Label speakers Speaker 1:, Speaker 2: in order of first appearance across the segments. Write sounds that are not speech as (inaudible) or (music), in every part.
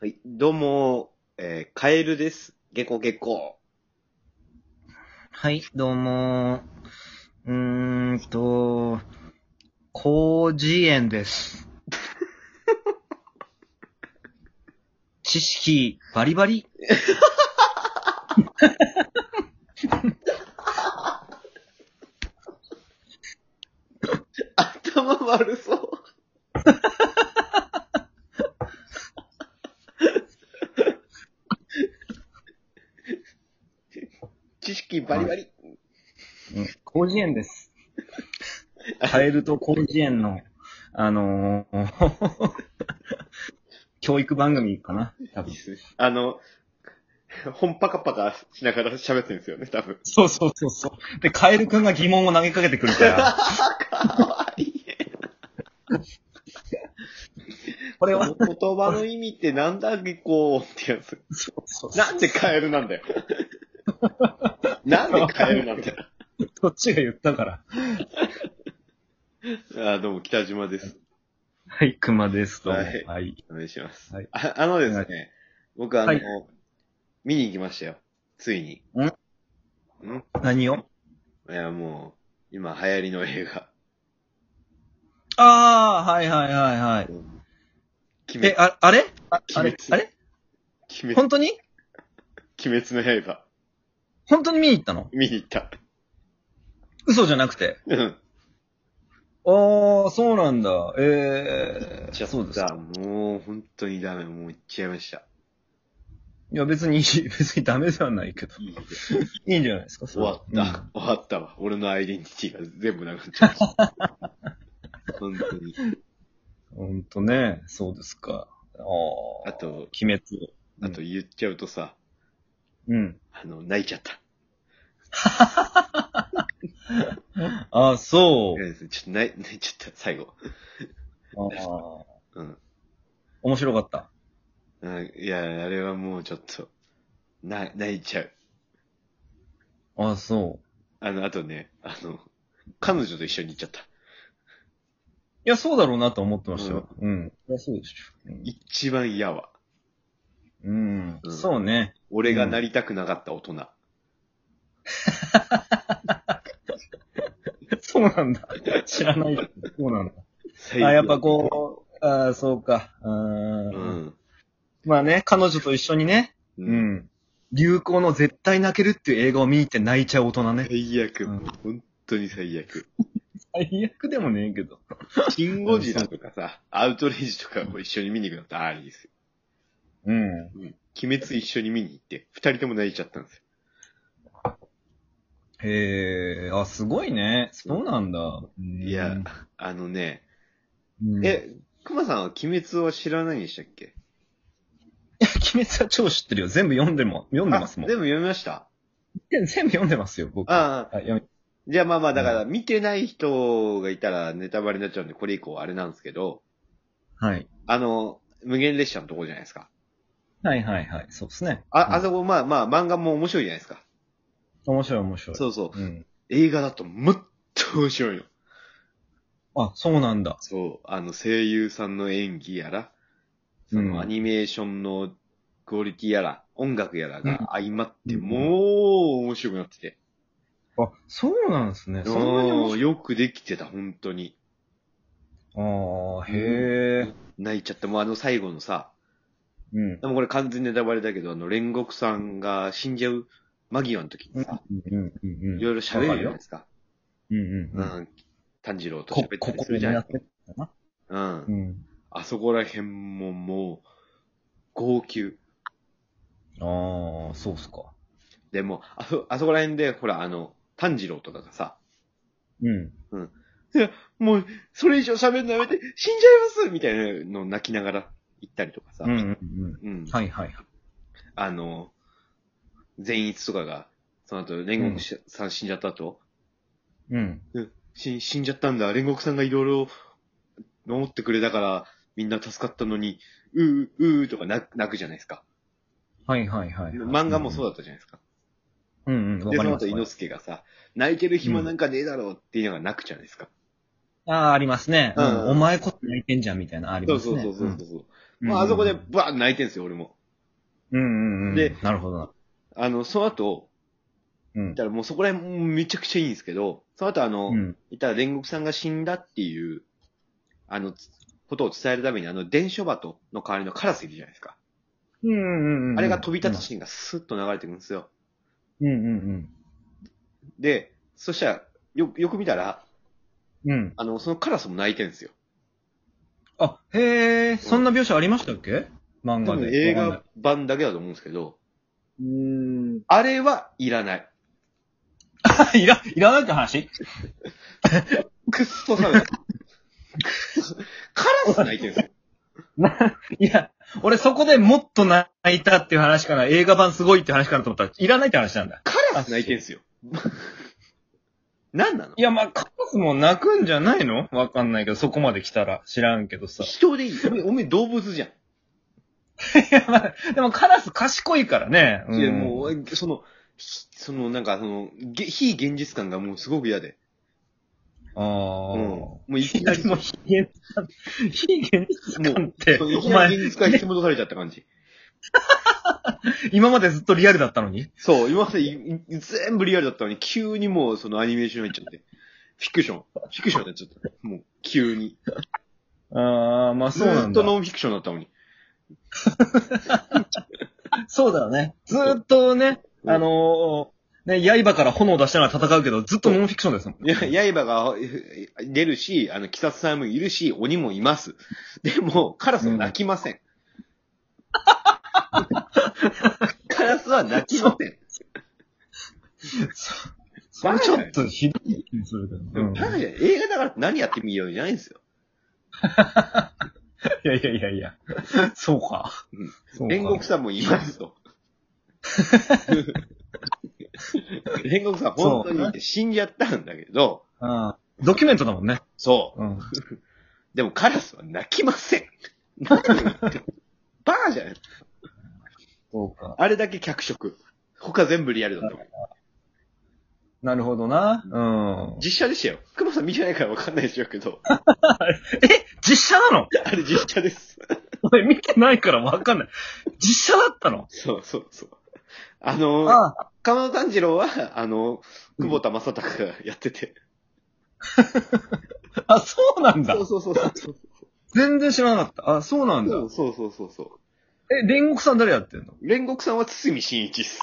Speaker 1: はい、どうも、えー、カエルです。ゲコゲコ。
Speaker 2: はい、どうもー。うーんと、広辞苑 (laughs) です。知識、バリバリ。
Speaker 1: 頭悪そう。知識バリバリ。
Speaker 2: 広辞苑です。カエルと広辞苑の、あのー (laughs) 教育番組かな多分。
Speaker 1: あの、本パカパカしながら喋ってるんですよね、多分。
Speaker 2: そうそうそうそう。で、カエルくんが疑問を投げかけてくるから、これ
Speaker 1: こ
Speaker 2: (laughs) は、
Speaker 1: の言葉の意味ってなんだ、ゲコってやつ。
Speaker 2: そうそう
Speaker 1: なんでカエルなんだよ。なんでカエルなんだよ。
Speaker 2: こっちが言ったか
Speaker 1: あ
Speaker 2: ら。
Speaker 1: ーどうも、北島です。
Speaker 2: はい、熊です。どうも
Speaker 1: はい
Speaker 2: はい
Speaker 1: お願いします。
Speaker 2: はい
Speaker 1: ああのですね、僕あの、
Speaker 2: はい
Speaker 1: 見に行きましたよ。ついに。
Speaker 2: ん
Speaker 1: ん
Speaker 2: 何を
Speaker 1: いや、もう、今流行りの映画。
Speaker 2: ああ、はいはいはいはい。
Speaker 1: 鬼
Speaker 2: え
Speaker 1: 滅、、
Speaker 2: あ、あれああ
Speaker 1: 鬼滅
Speaker 2: れあれ
Speaker 1: 鬼滅
Speaker 2: 本当に
Speaker 1: 鬼滅の刃。
Speaker 2: 本当に見に行ったの
Speaker 1: 見に行った。
Speaker 2: 嘘じゃなくて。
Speaker 1: うん。
Speaker 2: ああ、そうなんだ。ええ
Speaker 1: ちょっと
Speaker 2: そうですか。
Speaker 1: もう、本当にダメ。もう行っちゃいました。
Speaker 2: い (laughs) や、別に、別にダメではないけど。いいんじゃないですか、そ
Speaker 1: 終
Speaker 2: れ
Speaker 1: わ
Speaker 2: は
Speaker 1: った。終わったわ。俺のアイデンティティが全部なくなっちゃいました。
Speaker 2: (laughs)
Speaker 1: 本当に。
Speaker 2: うん。ほんとね、そうですか。ああ。
Speaker 1: あ、と、
Speaker 2: 鬼滅。
Speaker 1: あと言っちゃうとさ、
Speaker 2: うん。
Speaker 1: あの、泣いちゃった。
Speaker 2: ああ、そ
Speaker 1: ち
Speaker 2: う。
Speaker 1: ょっと泣い泣いちゃった、最後。
Speaker 2: ああ。
Speaker 1: うん。
Speaker 2: 面白かった。
Speaker 1: うんいや、あれはもうちょっと、な、泣いちゃう。
Speaker 2: ああ、そう。
Speaker 1: あの、あとね、あの、彼女と一緒に行っちゃった。
Speaker 2: いや、そうだろうなと思ってましたよ。うん。いや、そうでしょ。うん
Speaker 1: 一番嫌は。
Speaker 2: うん
Speaker 1: う。ん
Speaker 2: そうね。 (laughs)
Speaker 1: 俺がなりたくなかった大人。
Speaker 2: そうなんだ。知らない。そうなんだ。
Speaker 1: 最悪
Speaker 2: あ、やっぱこう、あーそうか。うーん
Speaker 1: う。ん。
Speaker 2: まあね、彼女と一緒にね、
Speaker 1: う
Speaker 2: う。ん。流行の絶対泣けるっていう映画を見に行って泣いちゃう大人ね。
Speaker 1: 最悪。
Speaker 2: うん
Speaker 1: もう本当に最悪。
Speaker 2: 最悪でもねえけど。
Speaker 1: キンゴジラとかさ、アウトレイジとかを一緒に見に行くのってありですよ。
Speaker 2: うん。
Speaker 1: うん。鬼滅一緒に見に行って、二人とも泣いちゃったんですよ。
Speaker 2: へえ、あ、すごいね。そうなんだ。うん
Speaker 1: いや、あのね、
Speaker 2: うん、え、 (laughs)
Speaker 1: え、熊さんは鬼滅は知らないんでしたっけ
Speaker 2: 鬼滅は超知ってるよ。全部読んでも、読んでますも
Speaker 1: あ
Speaker 2: ん。
Speaker 1: 全部読みました
Speaker 2: 全部読んでますよ、僕。
Speaker 1: ああ、
Speaker 2: あ読み
Speaker 1: じゃあまあまあ、だから見てない人がいたらネタバレになっちゃうんで、これ以降はあれなんですけど、
Speaker 2: はい。
Speaker 1: あの、無限列車のとこじゃないですか。
Speaker 2: はいはいはい。そうですね。
Speaker 1: あ、あ
Speaker 2: うん
Speaker 1: そこまあまあ、漫画も面白いじゃないですか。
Speaker 2: 面白い面白い。
Speaker 1: そうそう。
Speaker 2: うん。
Speaker 1: 映画だともっと面白いの。
Speaker 2: あ、そうなんだ。
Speaker 1: そう。あの、声優さんの演技やら、そ
Speaker 2: うん
Speaker 1: のアニメーションのクオリティやら、音楽やらが相まって、
Speaker 2: うん
Speaker 1: もう面白くなってて。
Speaker 2: あ、そうなんですね。そんなに面
Speaker 1: もう
Speaker 2: 白い。
Speaker 1: よくできてた、本当に。
Speaker 2: ああ、へえ。
Speaker 1: 泣いちゃって、もうあの最後のさ、
Speaker 2: うん。
Speaker 1: でもこれ完全にネタバレだけど、あの、煉獄さんが死んじゃう間際の時にさ、
Speaker 2: うんうんうん
Speaker 1: いろいろ喋るじゃないですか。
Speaker 2: うんうん
Speaker 1: う
Speaker 2: うん。
Speaker 1: ん。炭治郎と
Speaker 2: こ
Speaker 1: 喋、った
Speaker 2: こ
Speaker 1: り
Speaker 2: こ
Speaker 1: するじゃない
Speaker 2: や
Speaker 1: で
Speaker 2: ってるかな。
Speaker 1: すか。うん
Speaker 2: う。ん。
Speaker 1: あそこら辺ももう、号泣。
Speaker 2: ああ、そうっすか。
Speaker 1: でも、あそ、あそこら辺で、ほら、あの、炭治郎とかがさ、
Speaker 2: うん。
Speaker 1: もう、それ以上喋るのやめて、死んじゃいますみたいなのを泣きながら行ったりとかさ、
Speaker 2: うんうんうん。
Speaker 1: うん
Speaker 2: はいはい。
Speaker 1: あの、善逸とかが、その後、煉獄しさん死んじゃった後、
Speaker 2: うん。
Speaker 1: し死んじゃったんだ。煉獄さんがいろいろ守ってくれたから、みんな助かったのに、うー、うーとか泣く泣くじゃないですか。
Speaker 2: はいはいはい。
Speaker 1: 漫画もそうだったじゃないですか。
Speaker 2: だ。うんうん。わ
Speaker 1: で、そ
Speaker 2: かり
Speaker 1: の
Speaker 2: ま
Speaker 1: 後、
Speaker 2: す。
Speaker 1: 猪之助がさ、泣いてる暇なんかねえだろうって言いながら泣くじゃないですか。
Speaker 2: ああ、ありますね。
Speaker 1: う
Speaker 2: うんん。お前こそ泣いてんじゃんみたいな、あり
Speaker 1: そう
Speaker 2: ます
Speaker 1: そう
Speaker 2: ね。
Speaker 1: そうそうそう。まあ、あそこでバーン泣いてんすよ、俺も。
Speaker 2: うんうんうん。
Speaker 1: で、
Speaker 2: なるほどな。
Speaker 1: あの、その後、
Speaker 2: う
Speaker 1: 言
Speaker 2: ん
Speaker 1: っ。たらもうそこら辺もうめちゃくちゃいいんですけど、その後あの、
Speaker 2: うん。
Speaker 1: 言ったら煉獄さんが死んだっていう、あの、つことを伝えるために、あの、伝書鳩の代わりのカラスいるじゃないですか。
Speaker 2: うんうんうん。
Speaker 1: あれが飛び立つシーンがスッと流れてくるんですよ。
Speaker 2: うんうん
Speaker 1: で、そしたら、よ、よく見たら、
Speaker 2: うん。うん。
Speaker 1: あの、そのカラスも泣いてるんですよ。
Speaker 2: あ、へえ、そんな描写ありましたっけ漫
Speaker 1: 多
Speaker 2: 画
Speaker 1: 分
Speaker 2: で。
Speaker 1: 映
Speaker 2: わか
Speaker 1: 画版だけだと思うんですけど、
Speaker 2: んない。
Speaker 1: あれはいらない。
Speaker 2: うー (laughs) ん。いら、いらないって話
Speaker 1: くっそ寒い。
Speaker 2: (laughs)
Speaker 1: くっそカラス泣いてるんですよ。
Speaker 2: いや、俺そこでもっと泣いたっていう話から、映画版すごいって話からと思ったら、いらないって話なんだ。
Speaker 1: カラス泣いてるんですよ。何なの
Speaker 2: いや、まあ、カラスも泣くんじゃないのわかんないけど、そこまで来たら知らんけど (laughs) さ。
Speaker 1: 人でいい。おめえおめえ動物じゃん。
Speaker 2: いや、まあ、でもカラス賢いからね。うん
Speaker 1: いや、もう、その、ひその、なんか、その、げ非現実感がもうすごく嫌で。
Speaker 2: ああ。
Speaker 1: うん。
Speaker 2: も
Speaker 1: もういきなり、
Speaker 2: も
Speaker 1: も
Speaker 2: う、非現実、非現実感って、
Speaker 1: う、い
Speaker 2: お
Speaker 1: きなり
Speaker 2: 前、
Speaker 1: 現実から引き戻されちゃった感じ。
Speaker 2: 今までずっとリアルだったのに
Speaker 1: そう、今までいい全部リアルだったのに、急にもう、そのアニメーションに入っちゃって。フィクション。フィクションになっちゃった。もう、急に。
Speaker 2: ああ、まあ
Speaker 1: ず
Speaker 2: そうな
Speaker 1: ー
Speaker 2: ん
Speaker 1: っ
Speaker 2: だ
Speaker 1: と。ノンフィクションだったのに。
Speaker 2: そうだよね。ずーっとね、
Speaker 1: うん
Speaker 2: あのー、ね、刃から炎出しながら戦うけど、ずっとノンフィクションですもん。
Speaker 1: いや、刃がえ出るし、あの、鬼殺さんもいるし、鬼もいます。でも、カラスは泣きません。
Speaker 2: (laughs)
Speaker 1: カラスは泣きません。
Speaker 2: それちょっとひどい気にするけ
Speaker 1: で
Speaker 2: ど。う
Speaker 1: も
Speaker 2: んい
Speaker 1: ただじゃない映画だから何やってみようじゃないんですよ。
Speaker 2: やいやいやいや。 (laughs) そうか
Speaker 1: うん。
Speaker 2: そうか
Speaker 1: 煉獄さんもいます
Speaker 2: (laughs)
Speaker 1: と。煉獄さん本当にいて死んじゃったんだけど、
Speaker 2: うんドキュメントだもんね。
Speaker 1: そ
Speaker 2: うん。
Speaker 1: う。でもカラスは泣きません。何を言ってもバカじゃない
Speaker 2: そうか。
Speaker 1: あれだけ脚色。他全部リアルだったもん。
Speaker 2: なるほどな。うん。
Speaker 1: 実写でしたよ。熊さん見てないから分かんないでしょうけど、
Speaker 2: 実写なの (laughs)
Speaker 1: あれ実写です。
Speaker 2: 俺見てないからわかんない。実写だったの
Speaker 1: そうそうそう。あのー、
Speaker 2: あ
Speaker 1: 鎌田炭治郎は、あのー、久保田正孝がやってて。
Speaker 2: あ、あ、そうなんだ
Speaker 1: そ。うそうそうそう。そう
Speaker 2: 全然知らなかった。あ、そうなんだ。
Speaker 1: そうそうそうそう。
Speaker 2: え、煉獄さん誰やってんの
Speaker 1: 煉獄さんは堤真一っす。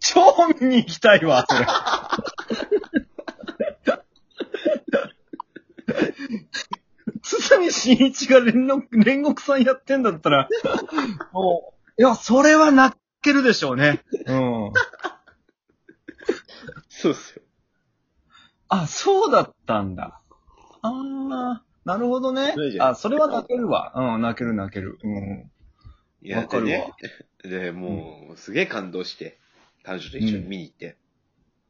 Speaker 2: 超見に行きたいわ、それ。堤真一が煉獄、煉獄さんやってんだったら、もう、いや、それは泣けるでしょうね。うん。
Speaker 1: そうっすよ。
Speaker 2: あ、そうだったんだ。ああ、なるほどね
Speaker 1: ない。じゃん
Speaker 2: あ、それは泣けるわ。うん、泣ける泣ける。うん。
Speaker 1: い
Speaker 2: わかるわ。
Speaker 1: でねで、もう、すげえ感動して、彼女と一緒に見に行って、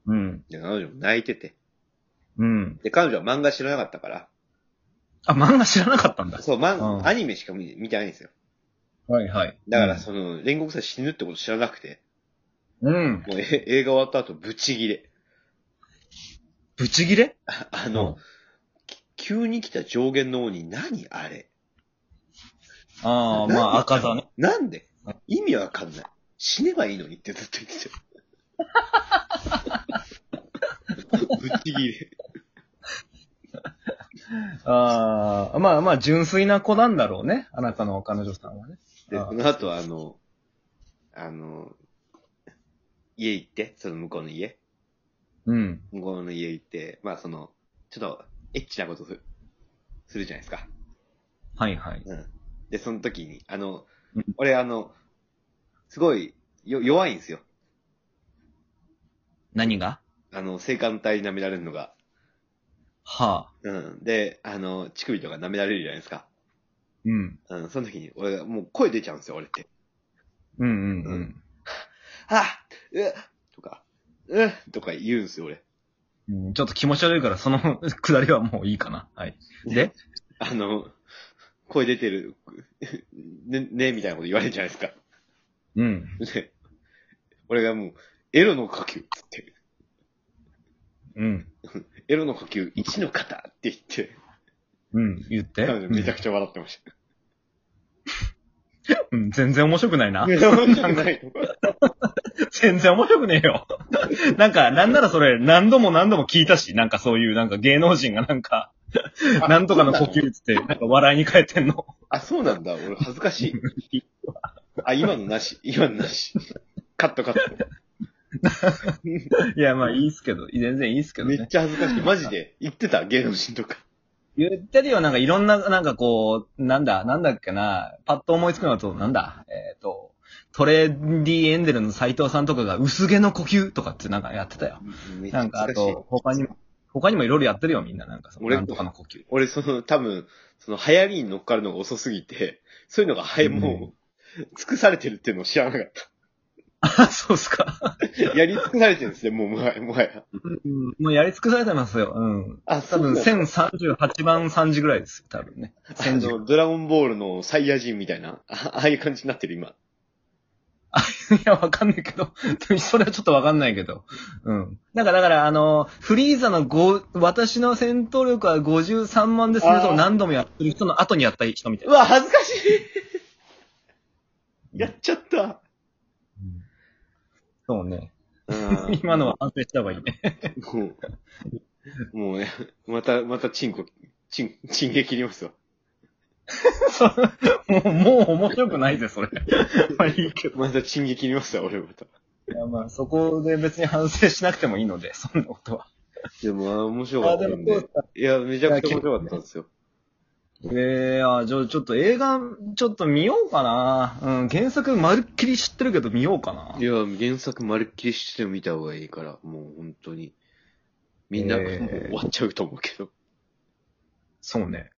Speaker 2: うん。
Speaker 1: で、彼女も泣いてて。
Speaker 2: うん。
Speaker 1: で、彼女は漫画知らなかったから、
Speaker 2: あ、漫画知らなかったんだ。
Speaker 1: そう、
Speaker 2: う
Speaker 1: 漫
Speaker 2: ん
Speaker 1: アニメしか見見てないんですよ。
Speaker 2: はいはい。
Speaker 1: だから、その、煉獄さん死ぬってこと知らなくて、
Speaker 2: うん。
Speaker 1: もうえ映画終わった後、ブチギレ。
Speaker 2: ブチギレ
Speaker 1: あの、急に来た上限の鬼、何あれ
Speaker 2: ああ、まあ、赤座ね。
Speaker 1: なんで意味わかんない。死ねばいいのにってずっと言っ
Speaker 2: (laughs)
Speaker 1: てたよ。ぶっちぎれ。
Speaker 2: ああ、まあまあ、純粋な子なんだろうね。あなたの彼女さんはね。
Speaker 1: で、
Speaker 2: あー
Speaker 1: その後あの、あの、家行って、その向こうの家。
Speaker 2: うん。
Speaker 1: 向こうの家行って、まあその、ちょっと、エッチなことする、するじゃないですか。
Speaker 2: はいはい。
Speaker 1: うん。で、その時に、あの
Speaker 2: うん、
Speaker 1: 俺あの、すごい、よ、弱いんですよ。
Speaker 2: 何が
Speaker 1: あの、性感帯舐められるのが。
Speaker 2: はあ。
Speaker 1: うん。で、あの、乳首とか舐められるじゃないですか。
Speaker 2: うん。
Speaker 1: うん、その時に、俺が、もう声出ちゃうんですよ、俺って。
Speaker 2: うんうんうん。
Speaker 1: はあうっとか、うっとか言うんですよ、俺。
Speaker 2: うん、ちょっと気持ち悪いから、その (laughs) くだりはもういいかな。はい。で
Speaker 1: あの、声出てる、 (laughs) ね、ね、みたいなこと言われるじゃないですか。
Speaker 2: うん。
Speaker 1: で、俺がもう、エロの呼吸っつって、
Speaker 2: うん。
Speaker 1: エロの呼吸1の型って言って、
Speaker 2: うん、言って。
Speaker 1: 彼女めちゃくちゃ笑ってまし
Speaker 2: うん、全然面白くない
Speaker 1: (laughs) た。
Speaker 2: な。
Speaker 1: めちゃくちゃない
Speaker 2: 全然面白くねえよ。 (laughs) なんか、なんならそれ、何度も何度も聞いたし、なんかそういう、なんか芸能人がなんか、なんとかの呼吸っつって、なんか笑いに変えてんの。
Speaker 1: あ、そうなんだ。俺恥ずかしい。あ、今のなし。今のなし。カットカット。
Speaker 2: いや、まあいいっすけど、全然いいっすけど
Speaker 1: めっ
Speaker 2: ね。
Speaker 1: ちゃ恥ずかしい。マジで。言ってた芸能人とか。
Speaker 2: 言ったりはなんかいろんな、なんかこう、なんだ、なんだっけな、パッと思いつくのだと、なんだ、えっ、と、トレンディエンデルの斎藤さんとかが薄毛の呼吸とかってなんかやってたよ。
Speaker 1: めっちゃ
Speaker 2: なん
Speaker 1: 恥ず
Speaker 2: かあ
Speaker 1: かしい。
Speaker 2: と、他にも、他にもいろいろやってるよ、みんな。なんかその、
Speaker 1: 俺
Speaker 2: なんとかの呼吸。
Speaker 1: 俺、その、多分、その、流行りに乗っかるのが遅すぎて、そういうのが、はい、
Speaker 2: うん
Speaker 1: もう、尽くされてるっていうのを知らなかっ
Speaker 2: あ、そうっすか。
Speaker 1: た。 (laughs) やり尽くされてるんですね、もう、もはや。もはや
Speaker 2: うんもうやり尽くされてますよ。うん。
Speaker 1: あ、
Speaker 2: 多分、
Speaker 1: そうなんだ
Speaker 2: 1038番3時ぐらいですよ、多分ね。
Speaker 1: あ
Speaker 2: 1000時。
Speaker 1: の、ドラゴンボールのサイヤ人みたいな、あああいう感じになってる、今。
Speaker 2: いや、わかんないけど。 (laughs) それはちょっとわかんないけど。うん。なんか、だから、あの、フリーザの5、私の戦闘力は53万です
Speaker 1: あ
Speaker 2: ね、
Speaker 1: ー
Speaker 2: と何度もやってる人の後にやった人みたいうな。
Speaker 1: わ、恥ずかしい (laughs) やっちゃった。
Speaker 2: そうね。
Speaker 1: うん
Speaker 2: 今のは反省した方がいいね。 (laughs)
Speaker 1: もう、もうね、また、またチンコ、チン、チンゲ切りますわ。
Speaker 2: そうもう、もう面白くないぜ、それ。まあいいけど。
Speaker 1: またチンゲ切りますわ、俺また。
Speaker 2: いや、まあ、そこで別に反省しなくてもいいので、そんなことは。
Speaker 1: でも、あ面白か
Speaker 2: あ、
Speaker 1: った
Speaker 2: で
Speaker 1: ん
Speaker 2: も、そう
Speaker 1: で。いや、めちゃくちゃ面白かったんですよ。
Speaker 2: ええあ、じゃあちょっと映画、ちょっと見ようかな。うん、原作まるっきり知ってるけど見ようかな。
Speaker 1: いや、原作まるっきりしてみた方がいいから、もう本当に。みんな、
Speaker 2: えー
Speaker 1: もう終わっちゃうと思うけど。
Speaker 2: そうね。